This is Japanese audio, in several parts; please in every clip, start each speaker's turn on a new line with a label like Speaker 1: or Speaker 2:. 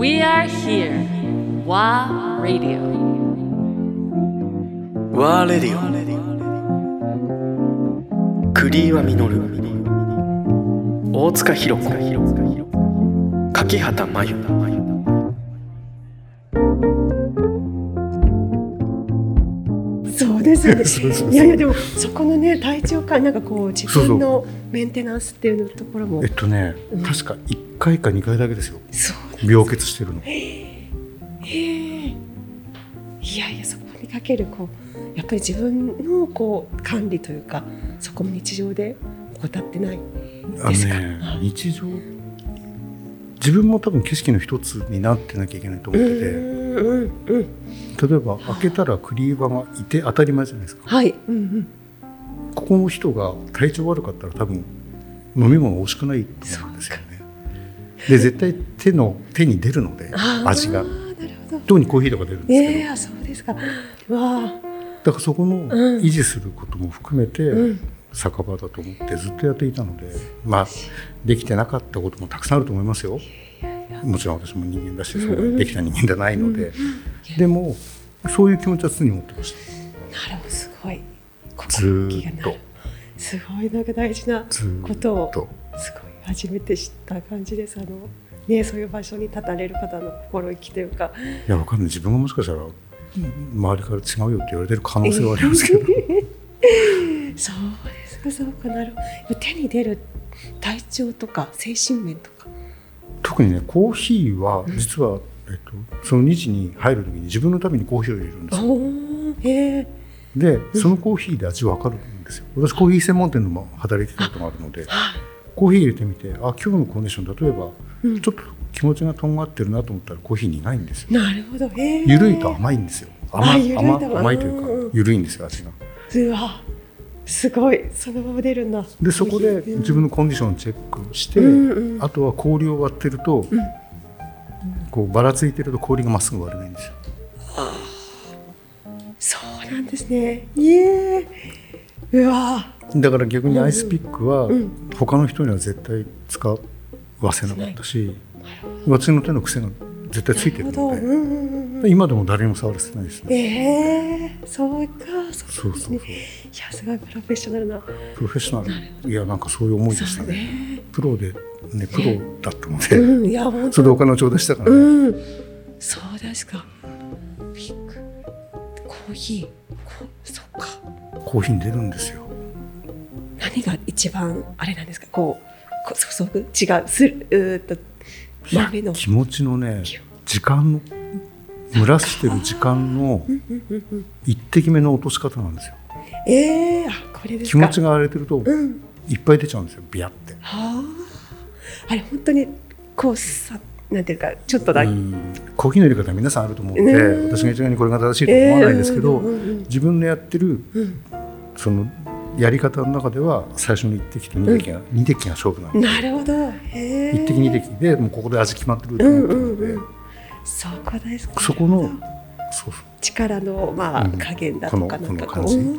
Speaker 1: We are here. WA Radio.
Speaker 2: ワーレディオ栗岩実大塚弘子柿畑真由
Speaker 3: そうですよね
Speaker 4: そうそうそう
Speaker 3: いやいやでもそこのね体調管理なんかこう自
Speaker 4: そうそう
Speaker 3: 分のメンテナンスっていうところも
Speaker 4: えっとね、
Speaker 3: うん
Speaker 4: 確か1回か2回だけですよ
Speaker 3: そう
Speaker 4: 病欠してるのい
Speaker 3: へえいやいやそこにかけるこうやっぱり自分のこう管理というかそこも日常で怠ってない
Speaker 4: あの
Speaker 3: ですか、
Speaker 4: ね日常自分も多分景色の一つになってなきゃいけないと思
Speaker 3: う
Speaker 4: っ
Speaker 3: ん
Speaker 4: て
Speaker 3: うんうん
Speaker 4: て例えば開けたらクリーバがいて当たり前じゃないですか
Speaker 3: はいうんうん
Speaker 4: ここの人が体調悪かったら多分飲み物美味しくないと思うんですよねで絶対手の手に出るので
Speaker 3: あー
Speaker 4: 味が
Speaker 3: なるほど
Speaker 4: 特にコーヒーとか出るんですけど、
Speaker 3: ええあそうですかわあ
Speaker 4: だからそこの
Speaker 3: うん
Speaker 4: 維持することも含めて、
Speaker 3: うん
Speaker 4: 酒場だと思ってずっとやっていたので、まあ、できてなかったこともたくさんあると思いますよもちろん私も人間だしそんなできた人間じゃないので、でもそういう気持ちは常に持ってました
Speaker 3: なるほどすごい
Speaker 4: ず
Speaker 3: 心
Speaker 4: ーっ
Speaker 3: がな
Speaker 4: と
Speaker 3: るすごいなんか大事な
Speaker 4: ずーっ
Speaker 3: ことを
Speaker 4: と
Speaker 3: すごい初めて知った感じですあのねそういう場所に立たれる方の心意気というか
Speaker 4: いやわかんない自分がもしかしたら周りから違うよって言われてる可能性はありま すけど
Speaker 3: そうですかそうかなるほど手に出る体調とか精神面とか
Speaker 4: 特にねコーヒーは実は、えっと、その2時に入る時に自分のためにコーヒーを入れるんですよ
Speaker 3: おーへえ
Speaker 4: でそのコーヒーで味わかるんですよ私コーヒー専門店でも働いてたことがあるのでコーヒー入れてみてあ今日のコンディション例えば、ちょっと気持ちがとんがってるなと思ったらコーヒー苦いんですよ
Speaker 3: なるほどへえ
Speaker 4: ゆるいと甘いんですよ甘
Speaker 3: あ
Speaker 4: い
Speaker 3: 緩い
Speaker 4: 甘
Speaker 3: と
Speaker 4: 甘いというか
Speaker 3: うん
Speaker 4: ゆるいんですよ味が
Speaker 3: うわすごいそのまま出るんだ
Speaker 4: でそこで自分のコンディションをチェックをして、
Speaker 3: うんうん
Speaker 4: あとは氷を割ってると、こうばらついてると氷がまっすぐ割れないんですよ
Speaker 3: そうなんですねいえうわ
Speaker 4: だから逆にアイスピックは
Speaker 3: ん
Speaker 4: 他の人には絶対使わせなかったし、私の手の癖が絶対ついて
Speaker 3: なる
Speaker 4: る
Speaker 3: ほどう
Speaker 4: の
Speaker 3: ん
Speaker 4: で、
Speaker 3: うんうん
Speaker 4: 今でも誰にも触らせてないですね。
Speaker 3: ええそうかそ
Speaker 4: そうう
Speaker 3: です
Speaker 4: そうそう
Speaker 3: ね。いやすごいプロフェッショナルな
Speaker 4: プロフェッショナルいやなんかそういう思いでしたね。プロでねプロだったので、
Speaker 3: うんいや本当
Speaker 4: それでお金を頂戴したから、ね
Speaker 3: うんそうですかピックコーヒーこそっか
Speaker 4: コーヒーに出るんですよ。
Speaker 3: 何が一番あれなんですかこうこ注ぐ違うするうーっと豆の
Speaker 4: 気持ちのね時間の蒸らしてる時間の一滴目の落とし方なんですよ。
Speaker 3: ええあこれです
Speaker 4: 気
Speaker 3: か
Speaker 4: 持ちが荒れてると
Speaker 3: うん
Speaker 4: いっぱい出ちゃうんですよビヤって。
Speaker 3: はああれ本当にこうさなんていうかちょっとだけ、
Speaker 4: うんコーヒーの入れ方は皆さんあると思うので、
Speaker 3: うん
Speaker 4: 私が一概にこれが正しいとは思わないですけど、
Speaker 3: えーうんうんうん
Speaker 4: 自分のやってる、そのやり方の中では最初の1滴と2滴が,、二滴が勝負なんで
Speaker 3: なるほどへえ
Speaker 4: 1滴2滴でもうここで味決まってると思ったので、
Speaker 3: うんうんうんそこですか
Speaker 4: そこのそうそう
Speaker 3: 力のまあ
Speaker 4: うん
Speaker 3: 加減だとか
Speaker 4: この
Speaker 3: なんか
Speaker 4: この感
Speaker 3: う
Speaker 4: じ
Speaker 3: ん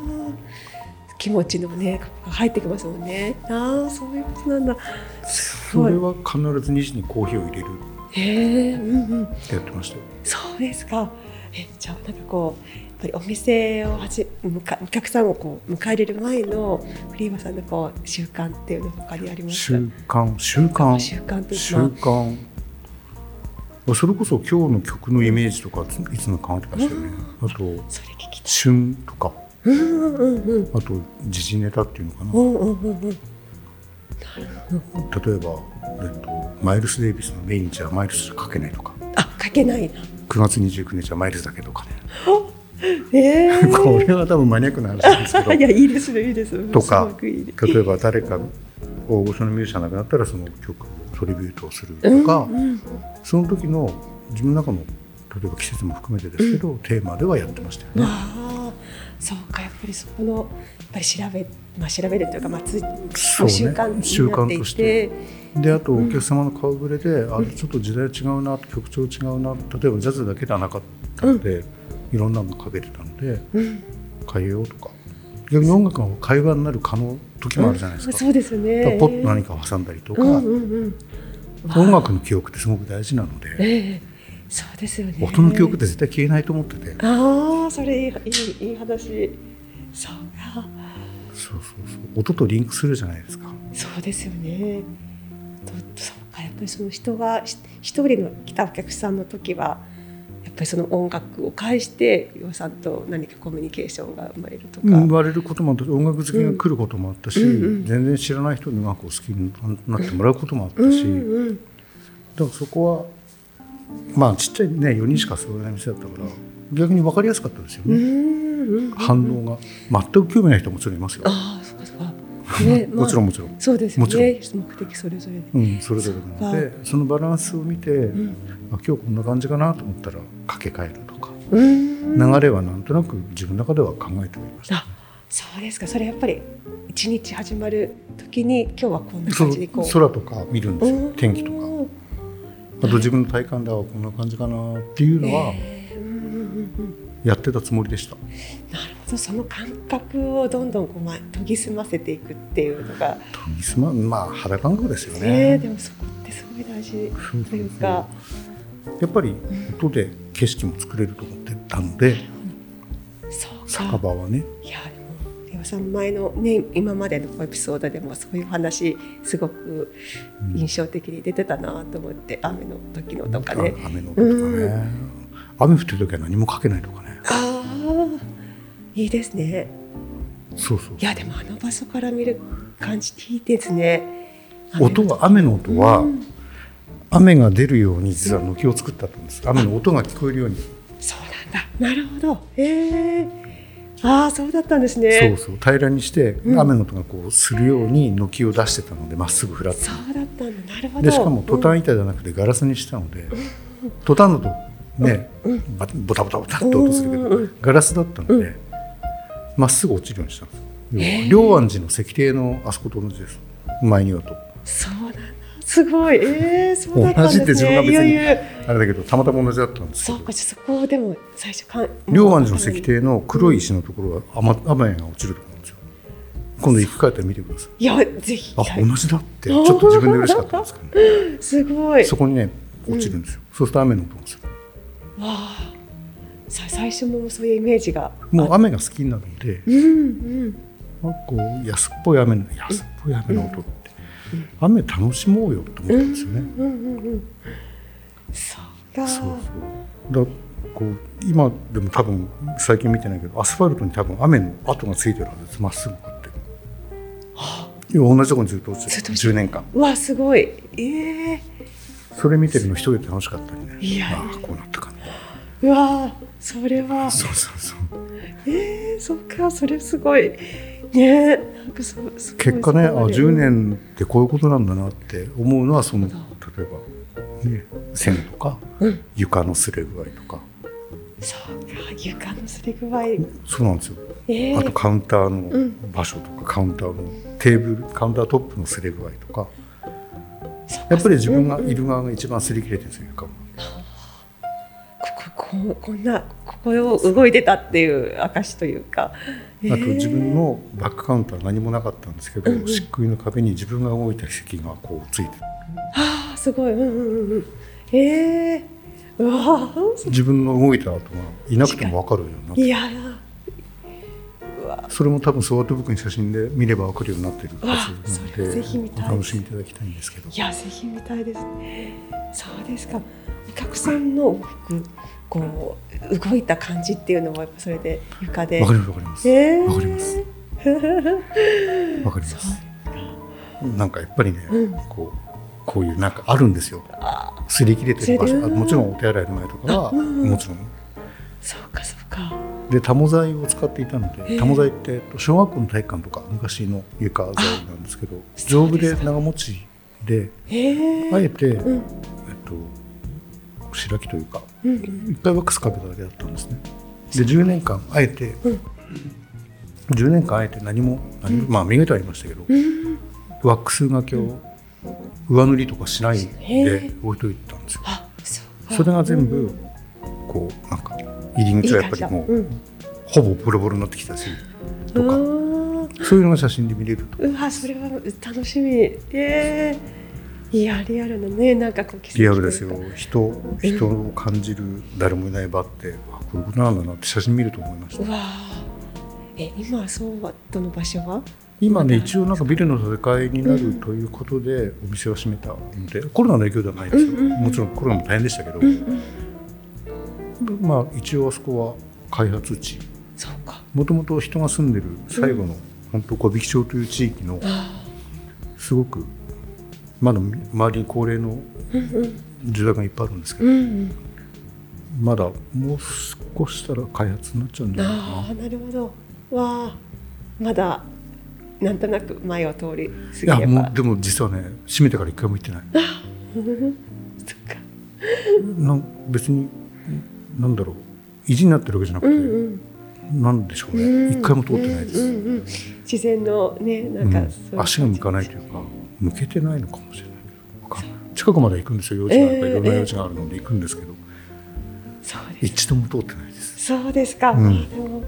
Speaker 3: 気持ちのね入ってきますもんねああそういうことなんだす
Speaker 4: そ
Speaker 3: ごい
Speaker 4: れは必ず2時にコーヒーを入れるっ
Speaker 3: へえうんうん
Speaker 4: てやってましたよ
Speaker 3: そうですかえじゃあなんかこうやっぱりお店をはじむかお客さんをこう迎え入れる前のフリーマさんのこう習慣っていうの他にあります
Speaker 4: 習慣習慣
Speaker 3: 習慣と
Speaker 4: 習
Speaker 3: まあ
Speaker 4: 慣それこそ今日の曲のイメージとかいつも考えてましたよね、あと
Speaker 3: それ聞きたい
Speaker 4: 旬とか
Speaker 3: うんうんうん
Speaker 4: あと時事ネタっていうのかな、
Speaker 3: うんうんうんうん
Speaker 4: 例えば、えっと、マイルス・デイビスの命日はマイルスしかけないとか
Speaker 3: あ書けないな
Speaker 4: 9月29日はマイルスだけ とかね、
Speaker 3: ええ
Speaker 4: これは多分マニアックな話なんですけ ど
Speaker 3: いやいいですねいいですね
Speaker 4: と
Speaker 3: す
Speaker 4: か
Speaker 3: ごくいいね
Speaker 4: 例えば誰か大御所のミュージシャンが亡くなったらその曲をトリビュートをするとか、その時の自分の中の例えば季節も含めてですけど、テーマではやってましたよね。
Speaker 3: ああそうかやっぱりそこのやっぱり調べまあ調べるというかまあつい
Speaker 4: そうね
Speaker 3: 習慣
Speaker 4: 習
Speaker 3: になっ
Speaker 4: 慣
Speaker 3: て
Speaker 4: とし
Speaker 3: い
Speaker 4: て
Speaker 3: て
Speaker 4: であとお客様の顔ぶれで、あちょっと時代違うな曲調違うな例えばジャズだけではなかったので、いろんなのかけてたので、変えようとか逆に音楽が会話になる可能時もあるじゃないですか,、
Speaker 3: そうですね
Speaker 4: ポッと何かを挟んだりとか、
Speaker 3: うんうんうん
Speaker 4: 音楽の記憶ってすごく大事なので、
Speaker 3: ええそうですよね
Speaker 4: 音の記憶って絶対消えないと思ってて
Speaker 3: ああそれいいいいいい話そうか
Speaker 4: そうそうそう音とリンクするじゃないですか
Speaker 3: そうですよねとそうかやっぱりその人がひ一人の来たお客さんの時はやっぱりその音楽を介して岩さんと何かコミュニケーションが生まれるとか、
Speaker 4: 生まれることもあったし音楽好きが来ることもあったし、
Speaker 3: うんうんうん
Speaker 4: 全然知らない人に音楽を好きになってもらうこともあった
Speaker 3: うん
Speaker 4: し、
Speaker 3: うん
Speaker 4: だからそこはまあちっちゃいね4人しか座れない店だったから逆に分かりやすかったですよ
Speaker 3: うんう
Speaker 4: ね、
Speaker 3: んうん
Speaker 4: 反応が全く興味ない人ももちろんいますよ、
Speaker 3: ああそうかそうか、ね
Speaker 4: もちろんもちろん、
Speaker 3: そうですよ
Speaker 4: もちろ
Speaker 3: ね目的それぞれで
Speaker 4: うん、それぞれなのでそのバランスを見て、
Speaker 3: ん
Speaker 4: あ今日こんな感じかなと思ったら掛け替えるとか、
Speaker 3: うん
Speaker 4: 流れはなんとなく自分の中では考えておりました
Speaker 3: あそうですかそれやっぱり一日始まる時に今日はこんな
Speaker 4: そ
Speaker 3: 感
Speaker 4: う
Speaker 3: じでこう
Speaker 4: 空とか見るんです
Speaker 3: う
Speaker 4: よ
Speaker 3: ん
Speaker 4: 天気とかあと自分の体感ではこんな感じかなっていうのはやってたつもりでした、
Speaker 3: なるほどその感覚をどんどんこう、ま、研ぎ澄ませていくっていうのが、
Speaker 4: 研ぎ澄ままあ肌感覚ですよ
Speaker 3: ね
Speaker 4: ね
Speaker 3: でもそこってすごい大事
Speaker 4: そうそうそう
Speaker 3: というか
Speaker 4: やっぱり音で景色も作れると思ってたので
Speaker 3: そう
Speaker 4: 酒
Speaker 3: か
Speaker 4: 場はね
Speaker 3: いやでも岩さん前のね今までのエピソードでもそういうお話すごく印象的に出てたなと思って、雨の時のとかね、
Speaker 4: 雨の音とかね、雨降ってる時は何もかけないとかね
Speaker 3: ああいいですね
Speaker 4: そうそう
Speaker 3: いやでもあの場所から見る感じいいですね
Speaker 4: 音は雨の音は、
Speaker 3: うん
Speaker 4: 雨が出るように実は軒を作ったんです雨の音が聞こえるように
Speaker 3: そうなんだなるほどへえああそうだったんです
Speaker 4: そ
Speaker 3: ね
Speaker 4: うそう平らにして、
Speaker 3: ん
Speaker 4: 雨の音がこうするように軒を出してたのでまっすぐフラッ
Speaker 3: そうだったんだなるほ
Speaker 4: ト
Speaker 3: ど
Speaker 4: でしかもトタン板じゃなくてガラスにしたので、トタンだとね、バボタボタボタって音するけど、
Speaker 3: うん
Speaker 4: ガラスだったのでま、っすぐ落ちるようにしたんですよ要は龍安寺の石庭のあそこと同じです前庭と
Speaker 3: そうなんだすごいええそうだった
Speaker 4: 同
Speaker 3: んです
Speaker 4: じ
Speaker 3: ね
Speaker 4: って自分が別
Speaker 3: いや
Speaker 4: に
Speaker 3: いや
Speaker 4: あれだけどたまたま同じだったんですけ
Speaker 3: そ
Speaker 4: ど
Speaker 3: うかじゃあそこをでも最初かん
Speaker 4: 龍安寺の石庭の黒い石のところは雨雨が落ちるところなんですよ今度行き帰ったら見てください
Speaker 3: いやぜひ
Speaker 4: あ
Speaker 3: はい
Speaker 4: 同じだってちょっと自分で嬉しかったんですけどね
Speaker 3: すごい
Speaker 4: そこにね落ちるんですよ、そうすると雨の音がする
Speaker 3: わあさ最初もそういうイメージが
Speaker 4: もう雨が好きになるので、
Speaker 3: うんうん
Speaker 4: なんかこう安っぽい雨の安っぽい雨の音って、雨楽しもうよと思ったんですよね、
Speaker 3: うんうんうんそうか
Speaker 4: そうそうだこう今でも多分最近見てないけどアスファルトに多分雨の跡がついてるはずですまっすぐこうやって要は同じとこにずっと落
Speaker 3: ず
Speaker 4: ち
Speaker 3: ってと
Speaker 4: る
Speaker 3: 落ちてる
Speaker 4: 10年間
Speaker 3: うわすごいええ
Speaker 4: それ見てるの一人で楽しかったりね
Speaker 3: いやいや
Speaker 4: ああこうなったかな
Speaker 3: うわあそれは
Speaker 4: そうそうそう
Speaker 3: えー、そっかそれすごいねえなんかそうすごい
Speaker 4: 結果ねあ
Speaker 3: そこまで
Speaker 4: 10年ってこういうことなんだなって思うのはその例えば、ね、線とか、
Speaker 3: うん
Speaker 4: 床の擦れ具合とか
Speaker 3: そうか床のすれ具合
Speaker 4: そうなんですよ
Speaker 3: ええ
Speaker 4: あとカウンター
Speaker 3: う
Speaker 4: の
Speaker 3: ん
Speaker 4: 場所とか、カウンターのテーブルカウンタートップの擦れ具合とか
Speaker 3: そっか
Speaker 4: やっぱり自分がいる側が一番擦り切れてるんですよ床は
Speaker 3: ここここんなここを動いてたっていう証というかあ
Speaker 4: あと自分のバックカウンターは何もなかったんですけど、
Speaker 3: うんうん
Speaker 4: 漆喰の壁に自分が動いた席がこうついてる
Speaker 3: あーすごいうんうんうんうんええうわあ
Speaker 4: 自分の動いた後がいなくても分かるようになって
Speaker 3: いやー
Speaker 4: それも多分ソワートブックに写真で見れば分かるようになってるはずなの
Speaker 3: わあそれ
Speaker 4: で
Speaker 3: ぜひ見たい
Speaker 4: お楽しみいただきたいんですけど
Speaker 3: いやぜひ見たいですねそうですかお客さんの動くこう動いた感じっていうのもやっぱそれで床で
Speaker 4: わかりますわかりますわ、
Speaker 3: えー
Speaker 4: かりますわかりますなんかやっぱりね、
Speaker 3: うん
Speaker 4: こうこういうなんかあるんですよ擦り切れてる場
Speaker 3: 擦れ
Speaker 4: 所
Speaker 3: る
Speaker 4: あもちろんお手洗いの前とかは、
Speaker 3: あうんうん
Speaker 4: もちろん
Speaker 3: そうかそうか
Speaker 4: でタモ材を使っていたので、
Speaker 3: えー
Speaker 4: タモ材ってえっと小学校の体育館とか昔の床材なんですけど丈夫で長持ちで
Speaker 3: へえ
Speaker 4: あえて、
Speaker 3: う
Speaker 4: えっ
Speaker 3: ん
Speaker 4: と白木というか
Speaker 3: うんうん
Speaker 4: 一回ワックスかけただけだったんですねで10年間あえて、10年間あえて何も何も、まあ磨いてはいましたけど、ワックスがけを上塗りとかしない
Speaker 3: へ
Speaker 4: で置いといたんですよ
Speaker 3: あそうか
Speaker 4: それが全
Speaker 3: う
Speaker 4: 部
Speaker 3: ん
Speaker 4: こうなんか入り口はやっぱりもう
Speaker 3: いい感
Speaker 4: ほぼボロボロになってきたし
Speaker 3: じだ
Speaker 4: と
Speaker 3: う
Speaker 4: か
Speaker 3: んうわー
Speaker 4: そういうのが写真で見れると
Speaker 3: うわそれは楽しみええいやリアルなねなんかこう
Speaker 4: リアルですよ人人を感じる誰もいない場ってあこういうことなんだなって写真見ると思いました
Speaker 3: うわあえ今そうはどの場所は
Speaker 4: 今ね一応なんかビルの建て替えになるということでお店は閉めたので、コロナの影響ではないですよ、
Speaker 3: うんうん
Speaker 4: もちろんコロナも大変でしたけど、まあ一応あそこは開発地
Speaker 3: そうか
Speaker 4: もともと人が住んでる最後の、本当小引町という地域のすごくまだ周りに高齢の住宅がいっぱいあるんですけど、
Speaker 3: うんうん
Speaker 4: まだもう少ししたら開発になっちゃうんじゃないか
Speaker 3: ああなるほどわあまだなんとなく前を通り
Speaker 4: な
Speaker 3: 過
Speaker 4: い
Speaker 3: ぎれ
Speaker 4: やもう
Speaker 3: ば
Speaker 4: でも実はね閉めてから一回も行ってない
Speaker 3: そっか
Speaker 4: なん別になんだろう意地になってるわけじゃなくて、なんでしょうね一回も通ってないです、
Speaker 3: うんうん自然のねな
Speaker 4: うんん
Speaker 3: かそういう感じ
Speaker 4: 足が向かないというか向けてないのかもしれないわかんない近くまで行くんですよ用事があれば、
Speaker 3: ええ
Speaker 4: いろんな用事があるので行くんですけど、
Speaker 3: そうです
Speaker 4: 一度も通ってないです
Speaker 3: そうですか、
Speaker 4: ん
Speaker 3: でも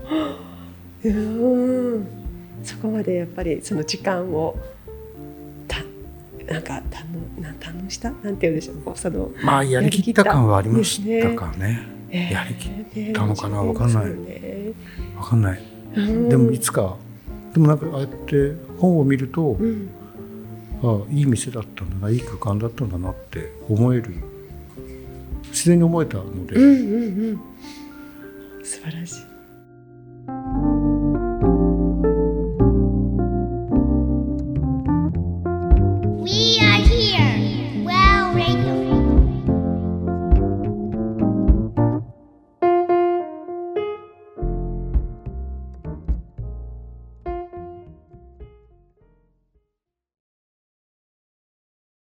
Speaker 3: うーんそこまでやっぱりその時間をたなんか堪能なん堪能したなんて言うんでしょうこうその
Speaker 4: まあやりきった感はありましたかね
Speaker 3: えー
Speaker 4: やりきったのかな
Speaker 3: ね
Speaker 4: わかんない
Speaker 3: そうね
Speaker 4: わかんない
Speaker 3: うん
Speaker 4: でもいつかでもなんかああやって本を見ると、
Speaker 3: うん
Speaker 4: ああいい店だったんだないい空間だったんだなって思える自然に思えたので、
Speaker 3: うんうんうん素晴らしい